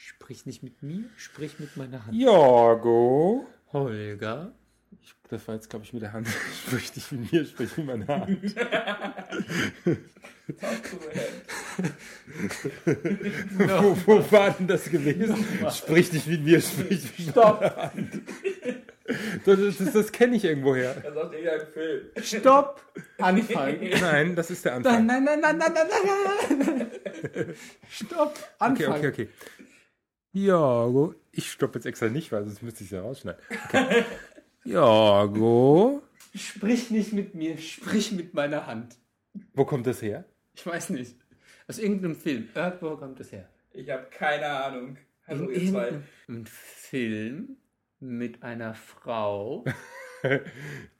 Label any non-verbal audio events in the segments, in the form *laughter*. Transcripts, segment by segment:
Sprich nicht mit mir, sprich mit meiner Hand. Jorgo. Holger. Ich, das war jetzt, glaube ich, mit der Hand. *laughs* Sprich nicht mit mir, sprich mit meiner *laughs* Hand. Talk to a hand. wo, wo war denn das gewesen? Sprich nicht mit mir, sprich mit Stopp! Das, das, das, das kenne ich *laughs* irgendwoher. Er sagt irgendein Film. Stopp! Anfangen. Nein, das ist der Nein, Anfang. nein, nein, nein, nein, nein, nein, nein. Stopp. Okay, Anfangen. okay, okay. Jorgo. Ich stoppe jetzt extra nicht, weil sonst müsste ich es ja rausschneiden. Okay. Jorgo. Sprich nicht mit mir, sprich mit meiner Hand. Wo kommt das her? Ich weiß nicht. Aus irgendeinem Film. Irgendwo kommt es her. Ich habe keine Ahnung. Hallo, In ihr zwei. irgendeinem Ein Film mit einer *laughs* Frau,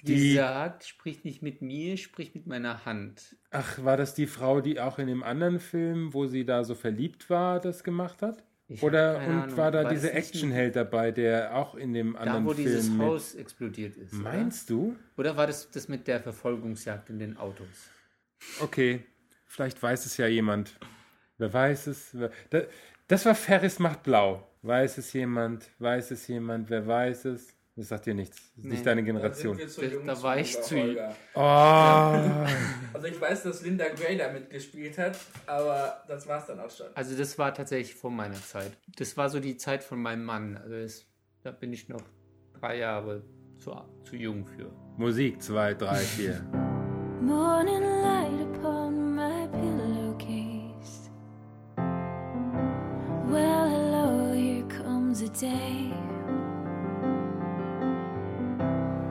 die, Die- sagt, sprich nicht mit mir, sprich mit meiner Hand. Ach, war das die Frau, die auch in dem anderen Film, wo sie da so verliebt war, das gemacht hat? Ich Oder hab und keine Ahnung. war da War diese das nicht Actionheld dabei, der auch in dem Da, anderen wo Film dieses mit- Haus ne? explodiert ist. oder? Meinst du? Oder war das das mit der Verfolgungsjagd in den Autos? Okay, vielleicht weiß es ja jemand. Wer weiß es? Wer- Da- Das war Ferris macht blau. Weiß es jemand? Weiß es jemand? Wer weiß es? Das sagt dir nichts. Das ist Nee. nicht deine Da sind Generation. wir zu Da- jung da zu, war ich lieber zu- Holger. Oh, Also ich weiß, dass Linda Gray da mitgespielt hat, aber das war's dann auch schon. Also das war tatsächlich vor meiner Zeit. Das war so die Zeit von meinem Mann. Also das, da bin ich noch drei Jahre zu, zu jung für. Oh. *laughs* Musik 2, 3, 4. Morning light upon my pillowcase. Well, hello, here comes a day.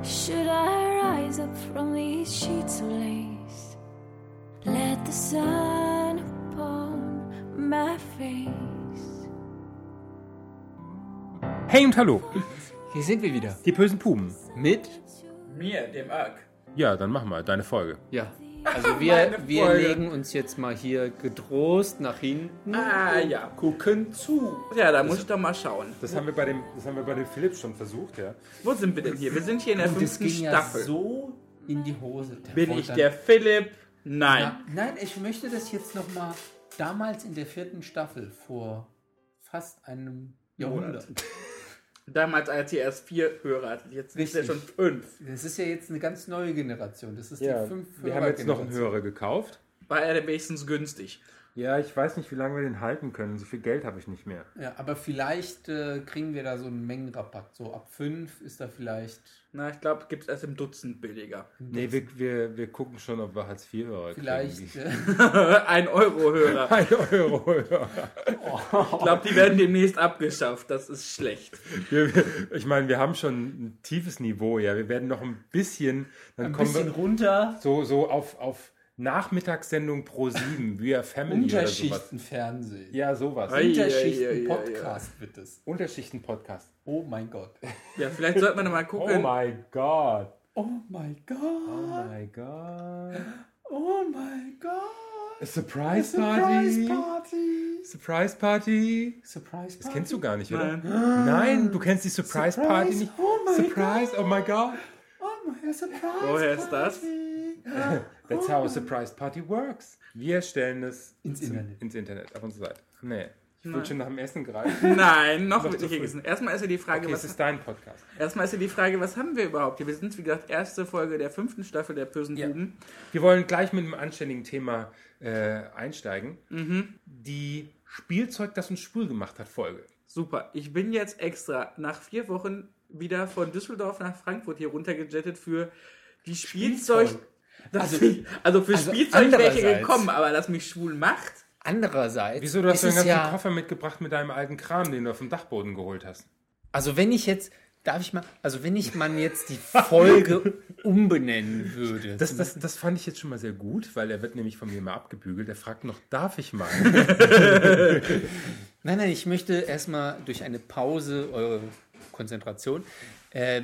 Should I rise up from these sheets of lace? Let the sun upon my face. Hey und hallo, Hier sind wir wieder. die bösen Puben. Mit? Mir, dem Ark. Ja, dann mach mal deine Folge. *laughs* Ja. Also wir, Meine wir Freude. legen uns jetzt mal hier getrost nach hinten. Ah ja, gucken zu. Ja, da muss ich doch mal schauen. Das haben wir bei dem, das haben wir bei dem Philipp schon versucht, ja. Wo sind wir denn hier? Wir sind hier in der Das fünften ging ja Staffel. so in die Hose. Der Bin wollte ich der Philipp? Nein. Na, nein, ich möchte das jetzt nochmal damals in der vierten Staffel vor fast einem Jahrhundert. Damals, als ihr erst vier Hörer hattet, jetzt sind ja Richtig. schon fünf. Das ist ja jetzt eine ganz neue Generation. Das ist ja die fünf wir haben jetzt noch einen Hörergeneration. Hörer gekauft. War er denn wenigstens günstig? Ja, ich weiß nicht, wie lange wir den halten können. So viel Geld habe ich nicht mehr. Ja, aber vielleicht äh, kriegen wir da so einen Mengenrabatt. So ab fünf ist da vielleicht. Na, ich glaube, gibt es erst im Dutzend billiger. *laughs* Nee, wir, wir, wir gucken schon, ob wir Hartz IV hören. Vielleicht. Äh, Ein Euro-Hörer. *laughs* Ein Euro. höher. Ich glaube, die werden demnächst abgeschafft. Das ist schlecht. Wir, wir, ich meine, wir haben schon ein tiefes Niveau, ja. Wir werden noch ein bisschen, dann ein kommen bisschen wir runter. so, so auf, auf Nachmittagssendung pro 7, via Family oder sowas. Unterschichten-Fernsehen. Ja, sowas. Ei. Unterschichten-Podcast wird es. Unterschichten-Podcast. Oh mein Gott. Ja, vielleicht sollte man mal Oh gucken. my God. Oh mein Oh Gott. my God. Oh mein Gott. A surprise, Surprise Party. Party. Surprise Party. Surprise Party. Das kennst du gar nicht, oder? Nein. Nein, du kennst die Surprise, Surprise, Party nicht. oh my Surprise, oh my God. Oh mein Surprise Woher ist das? That's how a surprise party works. Wir stellen es Ins zum- Internet. ins Internet auf unsere Seite. Nee. Ich Nein. würde schon nach dem Essen greifen. Nein, noch Noch wird zu nicht früh. gegessen. Erstmal ist ja die Frage, Okay, es was ist dein Podcast. Erstmal ist ja die Frage, was haben wir überhaupt hier? Wir sind, wie gesagt, erste Folge der fünften Staffel der Bösen Ja. Buben. Wir wollen gleich mit einem anständigen Thema äh, einsteigen. Die Spielzeug, das uns schwul gemacht hat, Folge. Super. Ich bin jetzt extra nach vier Wochen wieder von Düsseldorf nach Frankfurt hier runtergejettet für die Spielzeug. Spielzeug. Dass Also- ich, also für also Spielzeug wäre ich hier andererseits. gekommen, aber dass mich schwul macht. Andererseits Wieso, du hast ist so einen es ganzen ja... Koffer mitgebracht mit deinem alten Kram, den du auf dem Dachboden geholt hast. Also wenn ich jetzt... Darf ich mal... Also wenn ich man jetzt die Folge umbenennen würde. Das, das, das fand ich jetzt schon mal sehr gut, weil er wird nämlich von mir mal abgebügelt. Er fragt noch, darf ich mal? Nein, nein, ich möchte erstmal durch eine Pause eure Konzentration. Äh,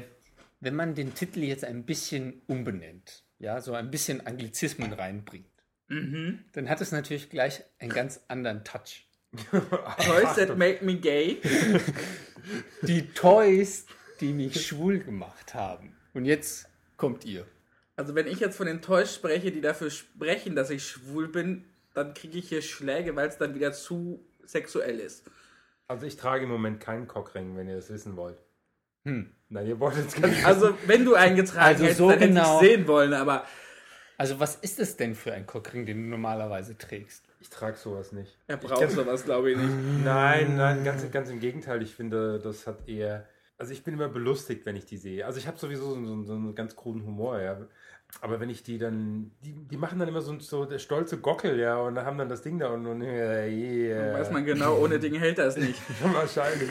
wenn man den Titel jetzt ein bisschen umbenennt, ja, so ein bisschen Anglizismen reinbringt, dann hat es natürlich gleich einen ganz anderen Touch. Toys that make me gay. Die Toys, die mich schwul gemacht haben. Und jetzt kommt ihr. Also wenn ich jetzt von den Toys spreche, die dafür sprechen, dass ich schwul bin, dann kriege ich hier Schläge, weil es dann wieder zu sexuell ist. Also ich trage im Moment keinen Cockring, wenn ihr das wissen wollt. Hm. Nein, ihr wollt jetzt gar nicht. Also, wenn du eingetragen Also hättest, so dann genau. hätte ich sehen wollen, aber Also was ist es denn für ein Cockring, den du normalerweise trägst? Ich trage sowas nicht. er braucht sowas, glaube ich, nicht. Nein, nein, ganz, ganz im Gegenteil. Ich finde, das hat eher. Also ich bin immer belustigt, wenn ich die sehe. Also ich habe sowieso so, so, so einen ganz kruden Humor, ja. Aber wenn ich die dann, die, die machen dann immer so, so der stolze Gockel, ja, und haben dann das Ding da und, und yeah, yeah. Weiß man genau, ohne Ding hält das nicht. *laughs* wahrscheinlich.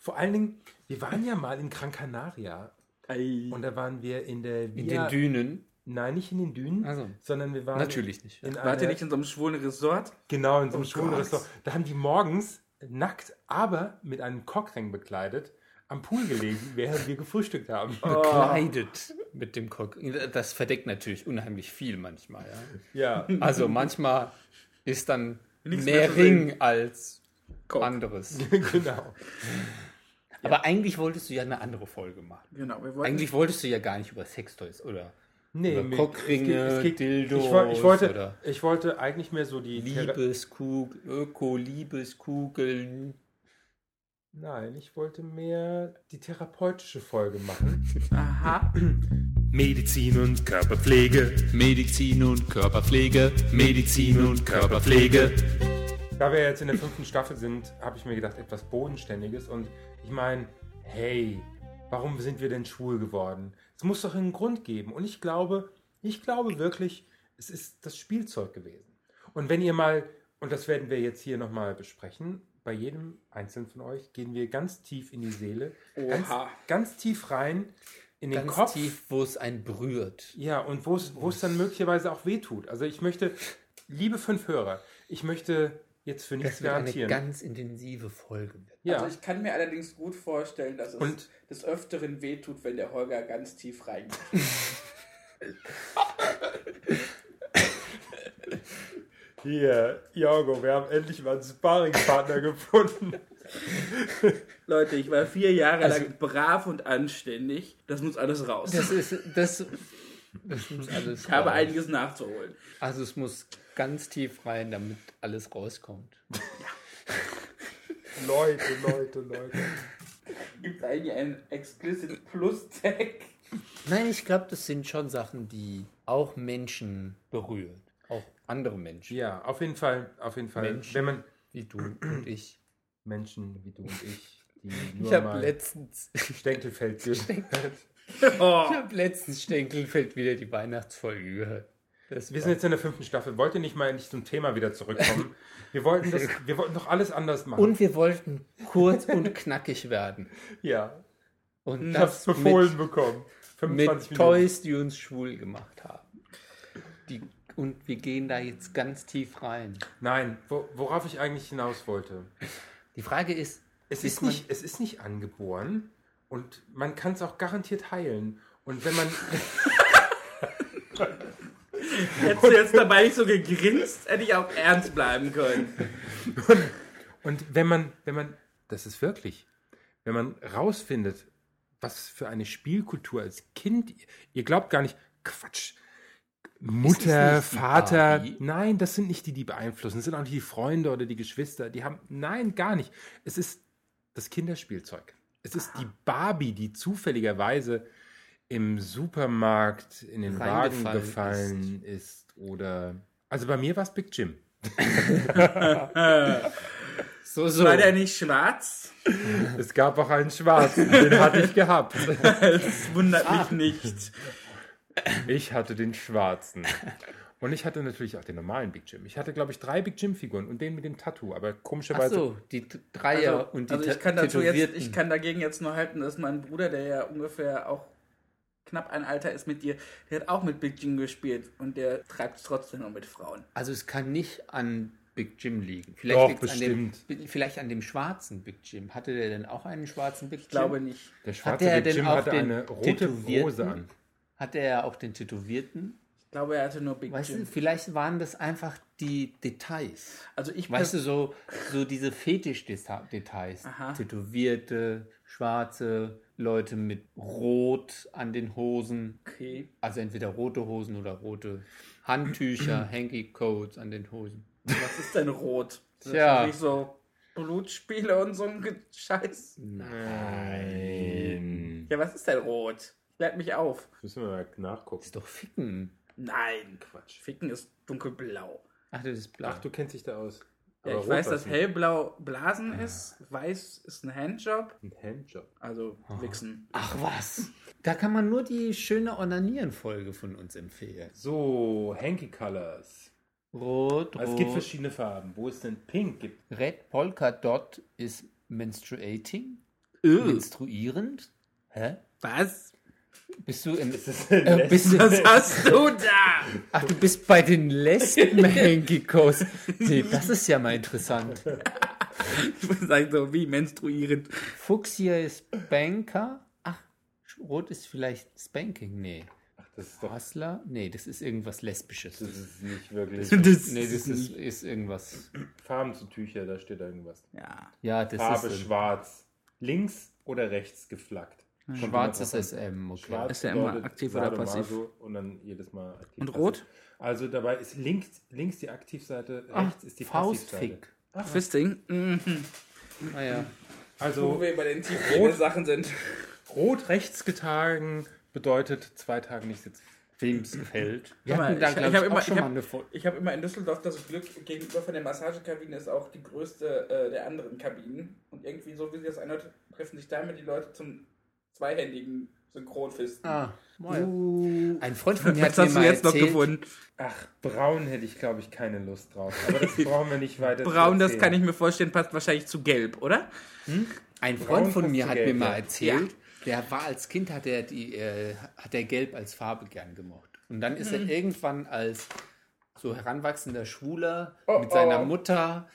Vor allen Dingen, wir waren ja mal in Gran Canaria Ei. und da waren wir in der In Via- den Dünen? Nein, nicht in den Dünen, Also. sondern wir waren Natürlich nicht. in Wart ihr einer- nicht in so einem schwulen Resort? Genau, in so einem Oh schwulen Gott. Restaurant. Da haben die morgens nackt, aber mit einem Cockring bekleidet, am Pool gelegen, *laughs* während wir gefrühstückt haben. Oh. Bekleidet mit dem Cockring. Das verdeckt natürlich unheimlich viel manchmal. Ja? *laughs* Ja. *laughs* Also manchmal ist dann Nichts mehr mehr zu sehen. Ring als Cock. anderes. genau. Aber eigentlich wolltest du ja eine andere Folge machen. Genau, wir wollten Eigentlich wolltest du ja gar nicht über Sextoys oder Nee, Oder mir- Cockringe, Dildos ich, woll- ich, wollte, oder- ich wollte eigentlich mehr so die Thera- Liebeskugel, Öko-Liebeskugeln. Nein, ich wollte mehr die therapeutische Folge machen. Aha. Medizin und Körperpflege. Medizin und Körperpflege, Medizin und Körperpflege. Da wir jetzt in der fünften Staffel sind, habe ich mir gedacht, etwas Bodenständiges. Und ich meine, hey, warum sind wir denn schwul geworden? Es muss doch einen Grund geben. Und ich glaube, ich glaube wirklich, es ist das Spielzeug gewesen. Und wenn ihr mal, und das werden wir jetzt hier nochmal besprechen, bei jedem Einzelnen von euch gehen wir ganz tief in die Seele, ganz, Oha. ganz tief rein in den Ganz Kopf. tief, wo es einen berührt. Ja, und wo es wo es dann möglicherweise auch wehtut. Also ich möchte, liebe fünf Hörer, ich möchte jetzt für nichts Das wird eine garantieren. ganz intensive Folge. Ja. Also ich kann mir allerdings gut vorstellen, dass es Und- des Öfteren wehtut, wenn der Holger ganz tief reingeht. Hier, Jorgo, wir haben endlich mal einen Sparringpartner *laughs* gefunden. Leute, ich war vier Jahre Also- lang brav und anständig. Das muss alles *laughs* raus. Das ist das, das muss alles ich habe raus. einiges nachzuholen. Also es muss ganz tief rein, damit alles rauskommt. Leute, Leute, Leute. Gibt es eigentlich einen Explicit Plus-Tag? Nein, ich glaube, das sind schon Sachen, die auch Menschen berühren. Auch andere Menschen, Ja, auf jeden Fall, auf jeden Fall. Menschen. Wenn man wie du und ich. Menschen wie du und ich, die Ich nur habe mal letztens, Stänkelfeld gehört. Oh. ich hab letztens Stenkelfeld wieder die Weihnachtsfolge gehört. Das Wir war- sind jetzt in der fünften Staffel. Wollt ihr nicht mal endlich zum Thema wieder zurückkommen? Wir wollten das, wir wollten doch alles anders machen. und wir wollten kurz und knackig werden. ja, Und ich hab's das befohlen mit, bekommen. mit Minuten. Toys, die uns schwul gemacht haben. Die, und wir gehen da jetzt ganz tief rein. Nein, wo, worauf ich eigentlich hinaus wollte. Die Frage ist, Es Ist ist, man- nicht, es ist nicht angeboren und man kann es auch garantiert heilen. Und wenn man. Hättest du jetzt dabei nicht so gegrinst, hätte ich auch ernst bleiben können. Und wenn man, wenn man, das ist wirklich, wenn man rausfindet, was für eine Spielkultur als Kind, ihr glaubt gar nicht, Quatsch. Mutter, nicht die Vater, Barbie? nein, das sind nicht die, die beeinflussen. Das sind auch nicht die Freunde oder die Geschwister. Die haben, nein, gar nicht. Es ist das Kinderspielzeug. Es ist die Barbie, die zufälligerweise im Supermarkt in den Wagen Reingefallen gefallen ist. Oder, also bei mir war es Big Jim. so, so. War der nicht schwarz? Es gab auch einen schwarzen, den hatte ich gehabt. Das wundert mich nicht. Ich hatte den schwarzen. Und ich hatte natürlich auch den normalen Big Jim. Ich hatte, glaube ich, drei Big Jim-Figuren und den mit dem Tattoo, aber Ach komischerweise. so, die T- Dreier Also, und die also ich Tä- kann dazu jetzt, Tätowierten. ich kann dagegen jetzt nur halten, dass mein Bruder, der ja ungefähr auch knapp ein Alter ist mit dir, der hat auch mit Big Jim gespielt und der treibt es trotzdem noch mit Frauen. Also es kann nicht an Big Jim liegen. Vielleicht Doch, liegt's An dem, vielleicht an dem schwarzen Big Jim. Hatte der denn auch einen schwarzen Big Jim? Ich glaube nicht. Der Hat schwarze der Big denn Jim auch hatte den eine rote Tätowierten? Hose an. Hatte er auch den Tätowierten? Ich glaube, er hatte nur Big Weißt du, Jim. vielleicht waren das einfach die Details. Also ich Weißt du, so, so diese Fetisch-Details. Aha. Tätowierte, schwarze Leute mit Rot an den Hosen. okay. Also entweder rote Hosen oder rote *clears throat* Handtücher, Hanky Coats an den Hosen. Was ist denn rot? Das Tja. ist nicht so Blutspiele und so ein Ge- Scheiß. Nein. Ja, was ist denn rot? Klärt mich auf. Müssen wir mal nachgucken. Ist doch Ficken. Nein, Quatsch. Ficken ist dunkelblau. Ach, das ist blau. Ach, du kennst dich da aus. Ja, Aber ich rot weiß, weiß dass nicht. hellblau Blasen ist, weiß ist ein Handjob, Ein Handjob. also Wichsen. Ach was. Da kann man nur die schöne Onanieren-Folge von uns empfehlen. So, Hanky Colors. Rot, Also es gibt verschiedene Farben. Wo es denn Pink gibt. Red Polka Dot ist menstruating. Äh. Menstruierend. Hä? Was? Bist du im. Das ist ein Äh, bist du, Was hast du da? *laughs* ach, du bist bei den Lesben-Hankikos. Nee, das ist ja mal interessant. Ich würde sagen, so wie menstruierend. Fuchs hier ist Banker. Ach, rot ist vielleicht Spanking. Nee. Ach, das ist doch. Hustler? Nee, das ist irgendwas Lesbisches. Das ist nicht wirklich. Das Nee, *laughs* das ist, ist irgendwas. Farben zu Tücher, da steht irgendwas. Ja. Ja, das Farbe ist. schwarz. Links oder rechts geflackt. Kommt immer Schwarzes drauf an. SM, okay. Schwarz Ist ja immer bedeutet aktiv oder Sadomaso passiv. Und dann jedes Mal aktiv. Und passiv. rot? Ah, Also dabei ist links, links die Aktivseite, Ach, rechts ist die Passivseite. Faustfick. Fisting. Mhm. Ah, ja. Also wir bei den tiefen Sachen sind. rot rechts getragen bedeutet zwei Tage nicht sitzen. Films *laughs* gefällt. Sag mal, ich- glaub ich hab schon immer- ich mal hab- eine Folge. Ich habe immer in Düsseldorf das Glück, gegenüber von der Massagekabine ist auch die größte äh, der anderen Kabinen. Und irgendwie, so wie sie das anhört, treffen sich damit die Leute zum zweihändigen Synchronfisten. Ah, Ein Freund von mir hat Was mir hast du mal jetzt noch erzählt, gefunden? Ach, braun hätte ich, glaube ich, keine Lust drauf. Aber *laughs* das brauchen wir nicht weiter zu Braun, das erzählen. kann ich mir vorstellen, passt wahrscheinlich zu gelb, oder? Ein Braun Freund von passt mir zu hat gelb, mir mal ja. erzählt, der war als Kind, hat er, die, äh, hat er Gelb als Farbe gern gemocht. Und dann ist er irgendwann als so heranwachsender Schwuler mit seiner Mutter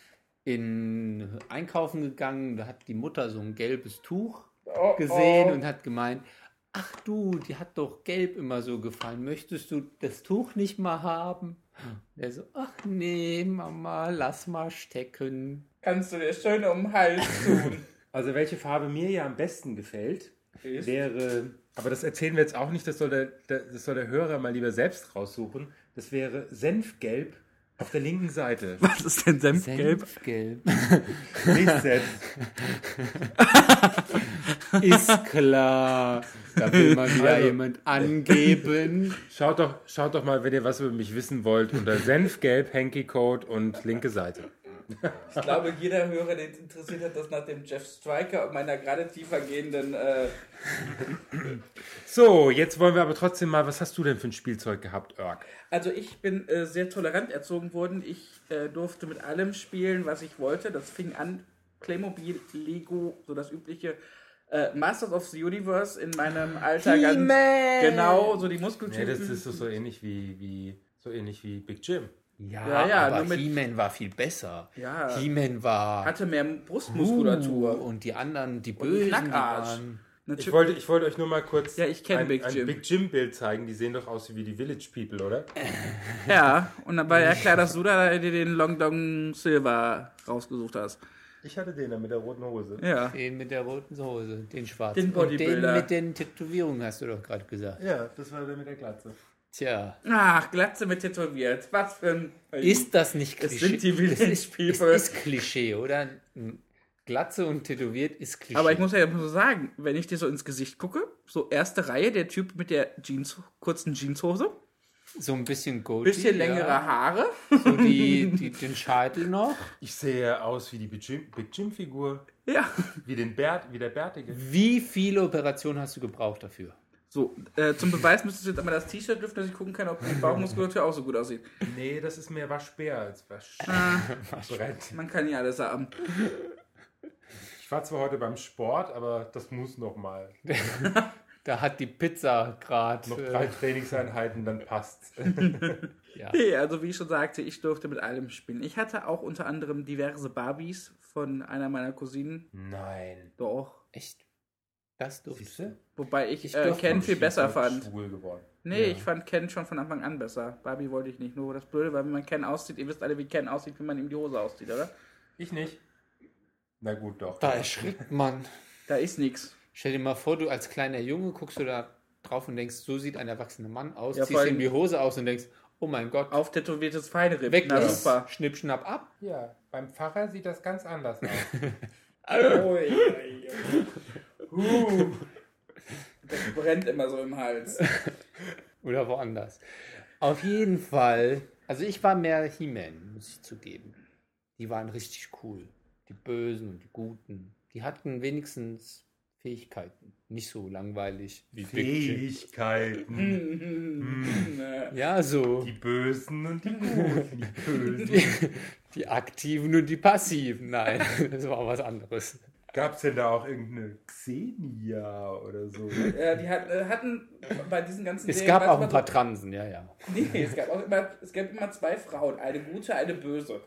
in Einkaufen gegangen. Da hat die Mutter so ein gelbes Tuch gesehen und hat gemeint, ach du, die hat doch Gelb immer so gefallen. Möchtest du das Tuch nicht mal haben? Und er so, ach nee, Mama, lass mal stecken. Kannst du dir schön um den Hals *laughs* tun. Also welche Farbe mir ja am besten gefällt, Ist? wäre. Aber das erzählen wir jetzt auch nicht, das soll der, der, das soll der Hörer mal lieber selbst raussuchen. Das wäre Senfgelb auf der linken Seite. *laughs* Was ist denn Senfgelb? Senfgelb. Nicht selbst. Ist klar. Da will mal wieder Also. jemand angeben. Schaut doch, schaut doch mal, wenn ihr was über mich wissen wollt, *laughs* unter Senfgelb, Hanky Code und linke Seite. Ich glaube, jeder Hörer, den es interessiert hat, das nach dem Jeff Striker und meiner gerade tiefer gehenden. Äh, So, jetzt wollen wir aber trotzdem mal, was hast du denn für ein Spielzeug gehabt, Örg? also, ich bin äh, sehr tolerant erzogen worden. Ich äh, durfte mit allem spielen, was ich wollte. Das fing an: Playmobil, Lego, so das übliche. Äh, Masters of the Universe in meinem Alter ganz. Genau, so die Nee, Muskeltypen. das ist so ähnlich wie, wie, so ähnlich wie Big Jim. Ja, Ja, ja, nur aber mit- He-Man war viel besser. Ja. He-Man war hatte mehr Muskulatur Uh. Brustmuskulatur. und die anderen, die einen Bösen, die Knackarsch. waren... Ich wollte, ich wollte euch nur mal kurz Ja, ich kenn ein, Big ein Jim. Big Jim-Bild zeigen. Die sehen doch aus wie die Village People, oder? Ja, und dann war ja klar, dass du da dir den Long Dong Silver rausgesucht hast. Ich hatte den da mit der roten Hose. Ja. Den mit der roten Hose, den schwarzen. Den Und den Bodybuilder. mit den Tätowierungen, hast du doch gerade gesagt. Ja, das war der mit der Glatze. Tja, Ach, Glatze mit tätowiert. Was für ein. ist das nicht Es Klischee? sind die Village Das ist, es People. ist Klischee, oder? Hm, Glatze und tätowiert ist Klischee. Aber ich muss ja mal so sagen, wenn ich dir so ins Gesicht gucke, so erste Reihe, der Typ mit der Jeans, kurzen Jeanshose, So ein bisschen Goldie. bisschen längere ja. Haare. So die, die, den Scheitel noch. Ich sehe aus wie die Big Jim- Big Jim-Figur. Ja. Wie, den Bert, wie der Bärtige. Wie viele Operationen hast du gebraucht dafür? So, äh, zum Beweis müsstest du jetzt einmal das T-Shirt lüften, dass ich gucken kann, ob die Bauchmuskulatur auch so gut aussieht. Nee, das ist mehr Waschbär als Ah. *laughs* Waschbrett. Man kann ja alles haben. Ich war zwar heute beim Sport, aber das muss noch mal. Da hat die Pizza äh, gerade. Noch drei Trainingseinheiten, dann passt's. *laughs* Nee, also wie ich schon sagte, ich durfte mit allem spielen. Ich hatte auch unter anderem diverse Barbies von einer meiner Cousinen. Nein. Doch. Echt? Das durftest du? Wobei ich, Ich äh, durfte Ken viel besser fand. Schwul geworden. Nee, ich fand Ken schon von Anfang an besser. Barbie wollte ich nicht. Nur das Blöde, weil wenn man Ken aussieht, ihr wisst alle, wie Ken aussieht, wie man ihm die Hose aussieht, oder? Ich nicht. Na gut, doch. Da erschrickt man. Da ist nix. Stell dir mal vor, du als kleiner Junge guckst du da drauf und denkst, so sieht ein erwachsener Mann aus, Ja, vor ziehst allem- ihm die Hose aus und denkst, Oh mein Gott. Auf tätowiertes Feinripp. Weg Na ist. super. Schnipp, schnapp ab. Ja, beim Pfarrer sieht das ganz anders aus. *laughs* Ui, ui, ui. Huh. Das brennt immer so im Hals. Oder woanders. Auf jeden Fall. Also ich war mehr He-Man, muss ich zugeben. Die waren richtig cool. Die Bösen und die Guten. Die hatten wenigstens Fähigkeiten. Nicht so langweilig wie Big Jim. Fähigkeiten. Ne. Ja, so. Die Bösen und die Guten. Die Bösen. Die Aktiven und die Passiven. Nein, *laughs* das war was anderes. Gab's denn da auch irgendeine Xenia oder so? Ja, die hat, äh, hatten bei diesen ganzen Es Serien gab war auch ein immer paar Transen, ja, ja. So, nee, es gab auch immer, es gab immer zwei Frauen, eine gute, eine böse.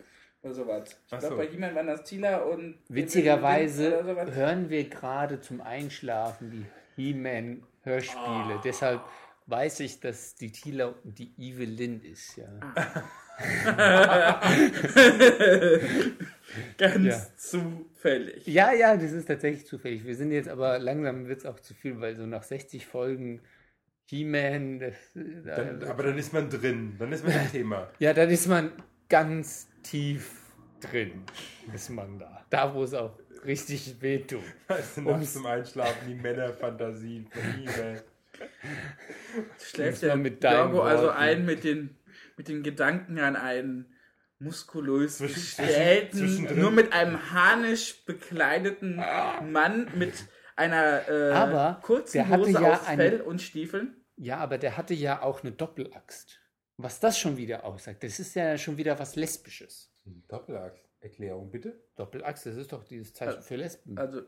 Oder sowas. Ich Ach glaube, so. bei jemandem waren das Tila und. Witzigerweise oder sowas. hören wir gerade zum Einschlafen die He-Man-Hörspiele. Deshalb weiß ich, dass die Tila die Evelyn ist. Ja. Ganz Ja. zufällig. ja, ja, das ist tatsächlich zufällig. Wir sind jetzt aber langsam wird es auch zu viel, weil so nach 60 Folgen He-Man, das- Dann, äh, aber dann ist man drin. Dann ist man im Thema. *laughs* ja, dann ist man ganz tief drin. Ist man da. Da, wo es auch richtig wehtut. Also nachts zum Einschlafen die Männerfantasien von He-Man. Jetzt schläft mal der mit deinen Django also Worten. ein mit den, mit den Gedanken an einen muskulös Zwischen- gestellten, zwischendrin. nur mit einem harnisch bekleideten Ah. Mann mit einer äh, Aber kurzen der hatte Hose ja aus eine- Fell und Stiefeln. Ja, aber der hatte ja auch eine Doppelaxt. Was das schon wieder aussagt, das ist ja schon wieder was Lesbisches. Doppelachs. Erklärung bitte? Doppelaxt, das ist doch dieses Zeichen für Lesben. Also,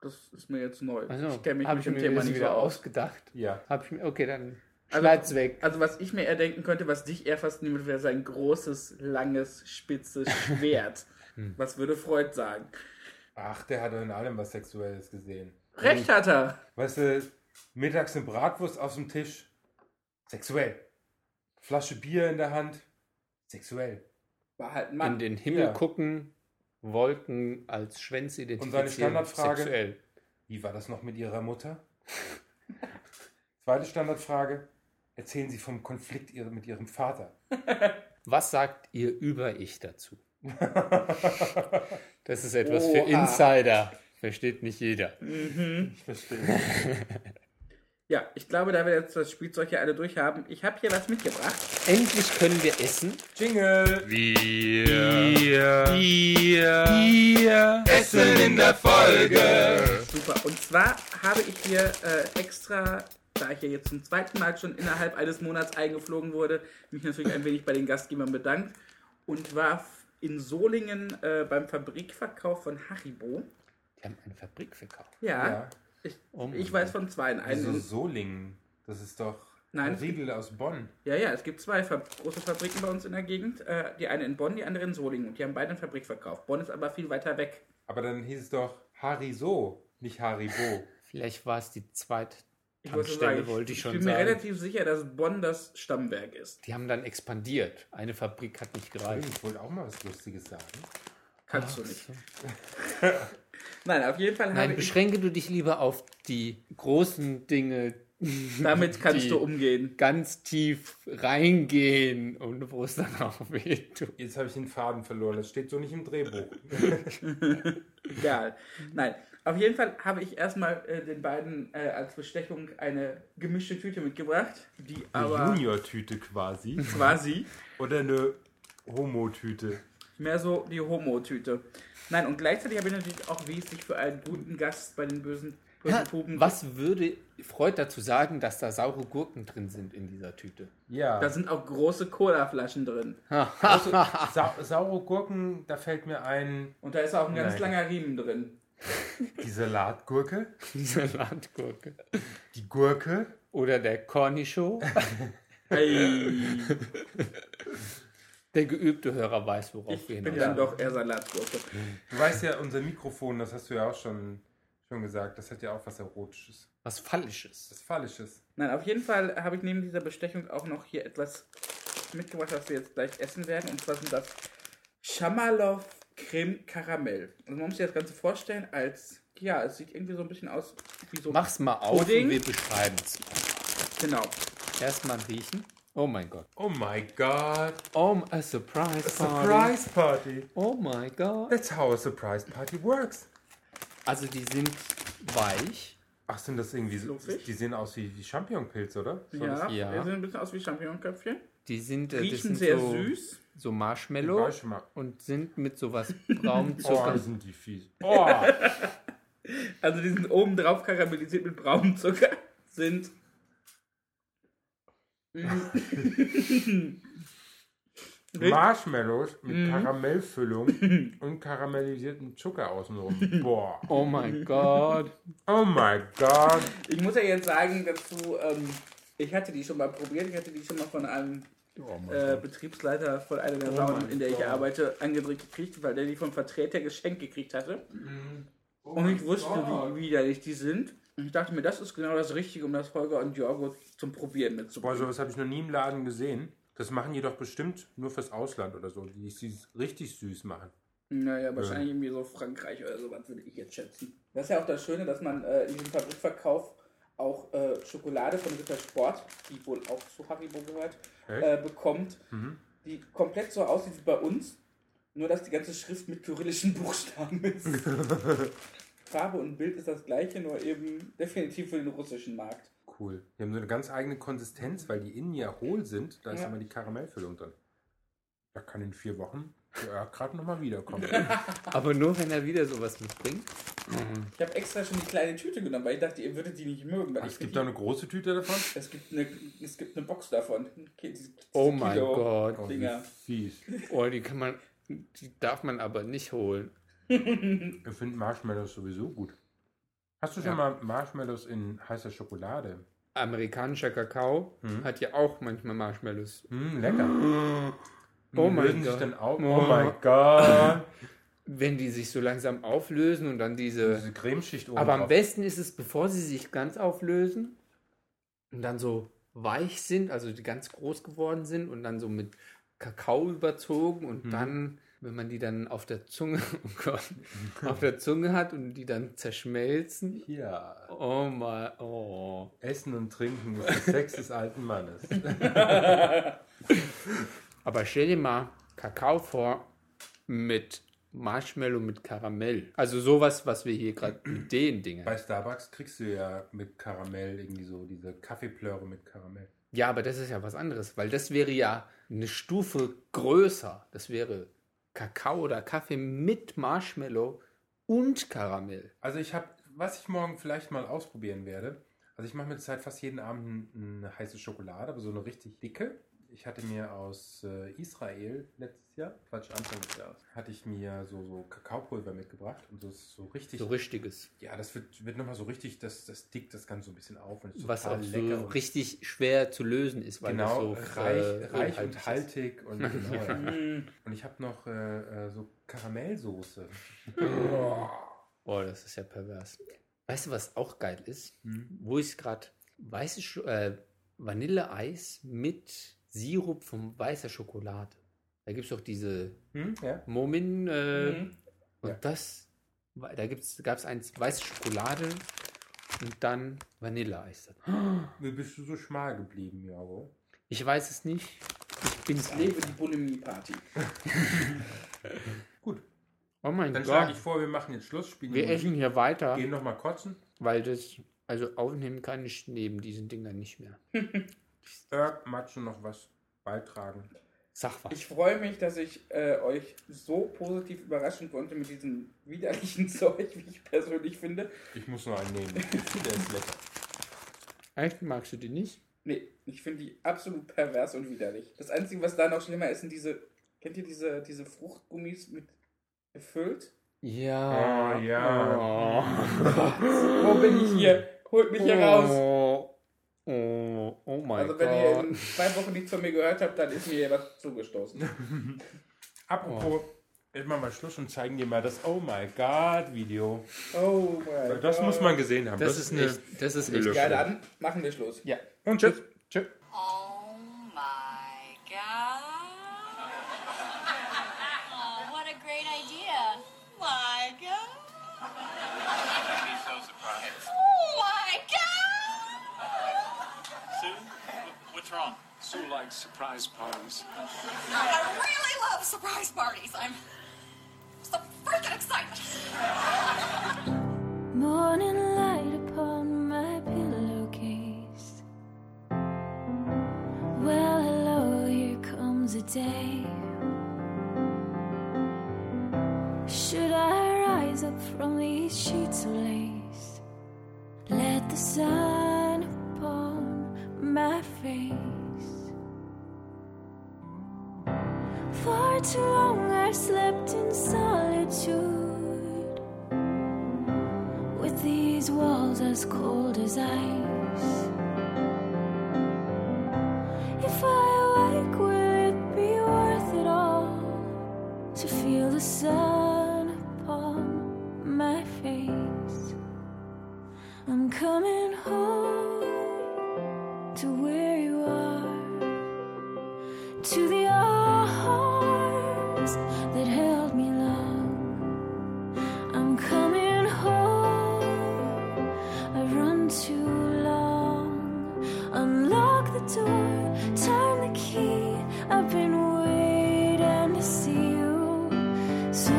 das ist mir jetzt neu. Also, ich kenne mich hab mit ich dem mir Thema das nicht so wieder aus. ausgedacht. Ja. Hab ich mir, okay, dann Also- schneid's weg. Also, was ich mir eher denken könnte, was dich eher faszinieren würde, wäre sein großes, langes, *laughs* spitzes Schwert. Hm. was würde Freud sagen? Ach, der hat doch in allem was Sexuelles gesehen. Recht hat er. Weißt du, mittags eine Bratwurst auf dem Tisch. Sexuell. Flasche Bier in der Hand. Sexuell. War halt ein In Mann. den Himmel Ja. gucken, Wolken als Schwänze identifizieren. Standardfrage? Sexuell. Wie war das noch mit Ihrer Mutter? *laughs* Zweite Standardfrage. Erzählen Sie vom Konflikt ihre- mit Ihrem Vater. Was sagt ihr über ich dazu? *laughs* das ist etwas Oha. für Insider. Versteht nicht jeder. Ich verstehe. Ja, ich glaube, da wir jetzt das Spielzeug hier alle durchhaben, ich habe hier was mitgebracht. Endlich können wir essen. Jingle! Essen in der Folge. Super. Und zwar habe ich hier äh, extra, da ich ja jetzt zum zweiten Mal schon innerhalb eines Monats eingeflogen wurde, mich natürlich ein wenig bei den Gastgebern bedankt und war f- in Solingen äh, beim Fabrikverkauf von Haribo. Die haben eine Fabrik verkauft. Ja, Ja. Ich, Oh mein ich weiß von zwei. Einen Also in- Solingen. Das ist doch Nein, ein es gibt- Riegel aus Bonn. Ja, ja, es gibt zwei Fab große Fabriken bei uns in der Gegend. Äh, die eine in Bonn, die andere in Solingen. Und die haben beide einen Fabrikverkauf. Bonn ist aber viel weiter weg. Aber dann hieß es doch Hariso, nicht *laughs* Haribo. Vielleicht war es die zweite Ich wollte Tankstelle, sagen, ich- wollte ich ich schon bin mir sagen. relativ sicher, dass Bonn das Stammwerk ist. Die haben dann expandiert. Eine Fabrik hat nicht gereicht. Ich wollte auch mal was Lustiges sagen. Kannst du nicht. *laughs* Nein, auf jeden Fall Nein, habe ich, beschränke du dich lieber auf die großen Dinge, damit kannst die- du umgehen. ganz tief reingehen und wo es dann auch wehtut. Jetzt habe ich den Faden verloren. Das steht so nicht im Drehbuch. Egal. Nein, auf jeden Fall habe ich erstmal äh, den beiden äh, als Bestechung eine gemischte Tüte mitgebracht, die aber Junior-Tüte quasi. quasi Oder eine Homo-Tüte. mehr so die Homo-Tüte. Nein, und gleichzeitig habe ich natürlich auch, wie es sich für einen guten Gast bei den bösen bösen Puben. Was würde Freud dazu sagen, dass da saure Gurken drin sind in dieser Tüte? *laughs* Ja. *laughs* Da sind auch große Colaflaschen drin. also, sa saure Gurken, da fällt mir ein, Und da ist auch ein ganz Nein. langer *laughs* Riemen drin. die Salatgurke, Die Salatgurke. die Gurke, Oder der *laughs* Cornicho. Hey. Der geübte Hörer weiß, worauf Ich wir bin hinaus dann Ja. doch eher Salatgurke. Du weißt ja, unser Mikrofon, das hast du ja auch schon, schon gesagt, das hat ja auch was Erotisches, Was Fallisches. was Phallisches. Nein, auf jeden Fall habe ich neben dieser Bestechung auch noch hier etwas mitgebracht, was wir jetzt gleich essen werden. Und zwar sind das Schamalov Creme Karamell. Also man muss sich das Ganze vorstellen als, ja, es sieht irgendwie so ein bisschen aus wie so... Mach's mal auf Pudding? und wir beschreiben es. Genau. Erstmal riechen. Oh mein Gott. Oh my god. Oh, a surprise party. Surprise Party. Oh mein Gott. That's how a surprise party works. Also die sind weich. Ach, sind das irgendwie so? Fluffig? Die sehen aus wie, wie Champignonpilze, oder? So das- Ja, ja. ja. sehen ein bisschen aus wie Champignonköpfchen. Die sind, äh, das Riechen sind sehr so, süß. so Ich Marshmallow weiß schon mal. und sind mit sowas *laughs* braunem Oh, Zucker. sind die fies. Oh, Also die sind oben drauf karamellisiert mit braunem Zucker. *laughs* Sind. Marshmallows mit Karamellfüllung und karamellisierten Zucker außenrum. Boah. Oh mein Gott. Oh my god. Ich muss ja jetzt sagen dazu, ähm, ich hatte die schon mal probiert. Ich hatte die schon mal von einem äh, Betriebsleiter von einer der Saunen, in der ich arbeite, angedrückt gekriegt, weil der die vom Vertreter geschenkt gekriegt hatte. und ich wusste, wie widerlich die sind. Und ich dachte mir, das ist genau das Richtige, um das Holger und Jorgo zum Probieren Boah, mitzubringen. sowas habe ich noch nie im Laden gesehen. Das machen die doch bestimmt nur fürs Ausland oder so, die es richtig süß machen. Naja, wahrscheinlich irgendwie so Frankreich oder sowas würde ich jetzt schätzen. Das ist ja auch das Schöne, dass man äh, in diesem Fabrikverkauf auch äh, Schokolade von Ritter Sport, die wohl auch zu Haribo gehört, Echt? äh, bekommt, die komplett so aussieht wie bei uns, nur dass die ganze Schrift mit kyrillischen *laughs* Buchstaben ist. Farbe und Bild ist das gleiche, nur eben definitiv für den russischen Markt. Cool. Die haben so eine ganz eigene Konsistenz, weil die innen ja hohl sind. Da ist Ja. immer die Karamellfüllung drin. Da kann in vier Wochen ja, gerade nochmal wiederkommen. Aber nur wenn er wieder sowas mitbringt. Ich habe extra schon die kleine Tüte genommen, weil ich dachte, ihr würdet die nicht mögen. Weil es ich gibt da eine große Tüte davon. es gibt eine, es gibt eine Box davon. Okay, diese- diese Oh mein Kilo- Gott. Oh, Dinger. wie fies. Oh, die kann man, die darf man aber nicht holen. Ich finde Marshmallows sowieso gut. Hast du schon mal Marshmallows in heißer Schokolade? Amerikanischer Kakao hat ja auch manchmal Marshmallows. Hm, lecker. Oh Die mein lösen sich Gott. dann auf. Oh. Oh mein Gott. Wenn die sich so langsam auflösen und dann diese. *laughs* Diese Cremeschicht oben Aber am drauf. besten ist es, bevor sie sich ganz auflösen und dann so weich sind, also die ganz groß geworden sind und dann so mit Kakao überzogen und dann, wenn man die dann auf der Zunge, *laughs* oh Gott, auf der Zunge hat und die dann zerschmelzen. Ja. Oh mein, oh. Essen und Trinken ist das Sex des alten Mannes. Aber stell dir mal Kakao vor mit Marshmallow mit Karamell. Also sowas, was wir hier *clears throat* gerade mit den Dingen. *laughs* Bei Starbucks kriegst du ja mit Karamell irgendwie so diese Kaffeeplöre mit Karamell. Ja, aber das ist ja was anderes, weil das wäre ja eine Stufe größer. Das wäre Kakao oder Kaffee mit Marshmallow und Karamell. Also ich habe, was ich morgen vielleicht mal ausprobieren werde. Also ich mache mir zurzeit fast jeden Abend n- eine heiße Schokolade, aber so eine richtig dicke. Ich hatte mir aus äh, Israel letztes Jahr, Quatsch, Anfang des Jahres, hatte ich mir so, so Kakaopulver mitgebracht und so, so richtig, So richtiges. ja, das wird, wird nochmal so richtig, das, das dickt das Ganze so ein bisschen auf und ist Was total auch lecker. so und- richtig schwer zu lösen ist, weil Genau, das so reich, äh, ölhaltig reich und ist. *laughs* haltig. Und, genau, Mm. ja. und ich habe noch äh, äh, so Karamellsoße. Boah, Oh, das ist ja pervers. Weißt du, was auch geil ist? Wo ich gerade weiße Sch äh, Vanilleeis mit Sirup von weißer Schokolade. Da gibt es doch diese Hm? Ja? Momin äh, Mhm. und Ja. das, wa- da gab es eins weiße Schokolade und dann Vanilleeis. dazu. Wie bist du so schmal geblieben, Jago? Ich weiß es nicht. Ich bin's nicht. Lebe die Bulimie-Party. Gut, Oh mein dann schlage Gott. ich vor, wir machen jetzt Schluss, spielen Wir die essen Musik, hier weiter, gehen nochmal kotzen. weil das, also aufnehmen kann ich neben diesen Dingern nicht mehr. Irk, Matschen noch was beitragen. Sag was. Ich freue mich, dass ich äh, euch so positiv überraschen konnte mit diesem widerlichen *laughs* Zeug, wie ich persönlich finde. Ich muss noch einen nehmen. *laughs* Der ist lecker. Echt, magst du die nicht? Nee, ich finde die absolut pervers und widerlich. Das Einzige, was da noch schlimmer ist, sind diese, kennt ihr diese, diese Fruchtgummis mit gefüllt? Ja. Oh, ja. *laughs* Wo bin ich hier? Holt mich hier raus! Oh, oh, oh mein Also wenn ihr Gott. in zwei Wochen nichts von mir gehört habt, dann ist mir hier was zugestoßen. *laughs* Apropos, Oh. jetzt machen wir Schluss und zeigen dir mal das Oh My God Video. Oh mein Das Gott. muss man gesehen haben. das, ist echt, das ist echt Ja, dann machen wir Schluss. Ja. Und tschüss. Tschüss. Oh my *laughs* god. Oh, what a great idea. Oh My god. be so surprised. Oh my god. Sue, wh- what's wrong? Sue likes surprise parties. I really love surprise parties. I'm so freaking excited. Morning light upon my pillowcase. Well, hello, here comes a day. Should I rise up from these sheets of lace? Let the sun upon my face. For too long I slept in solitude with these walls as cold as ice. If I awake, will it be worth it all to feel the sun upon my face? I'm coming home to where you are, to the arms that held me long. I'm coming home. I've run too long. Unlock the door, turn the key. I've been waiting to see you so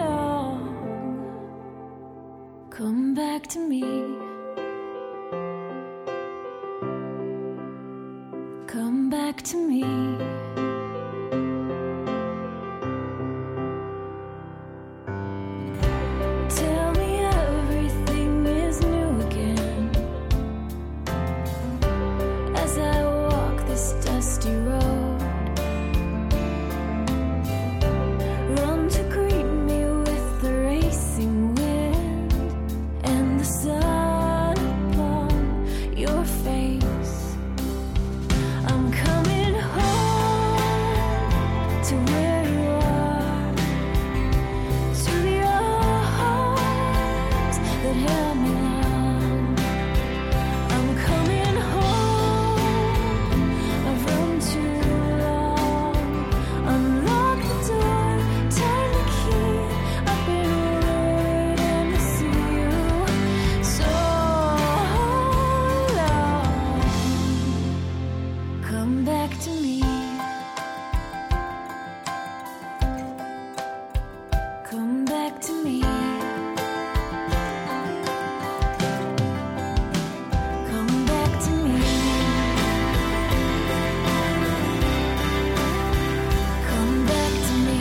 long. Come back to me. Come back to me. Tell me everything is new again as I walk this dusty road. Run to greet me with the racing wind and the sun upon your face. I'm coming home to where you are. To the arms that held me long. I'm coming home. I've run too long. Unlock the door, turn the key. I've been waiting to see you so long. Come back to me. Come back to me. Come back to me. Come back to me.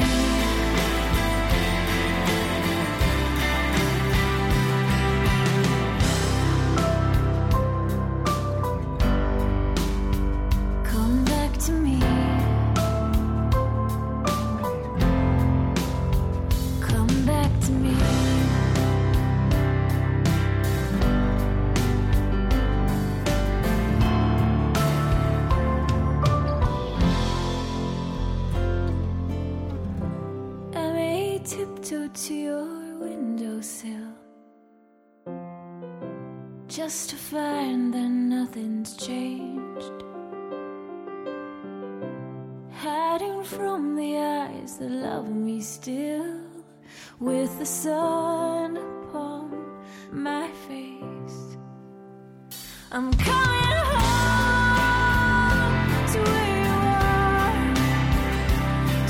Come back to me. Come back to me. I may tiptoe to your windowsill just to find that nothing's changed. Hiding from the eyes that love me still with the sun upon my face. I'm coming home to where you are,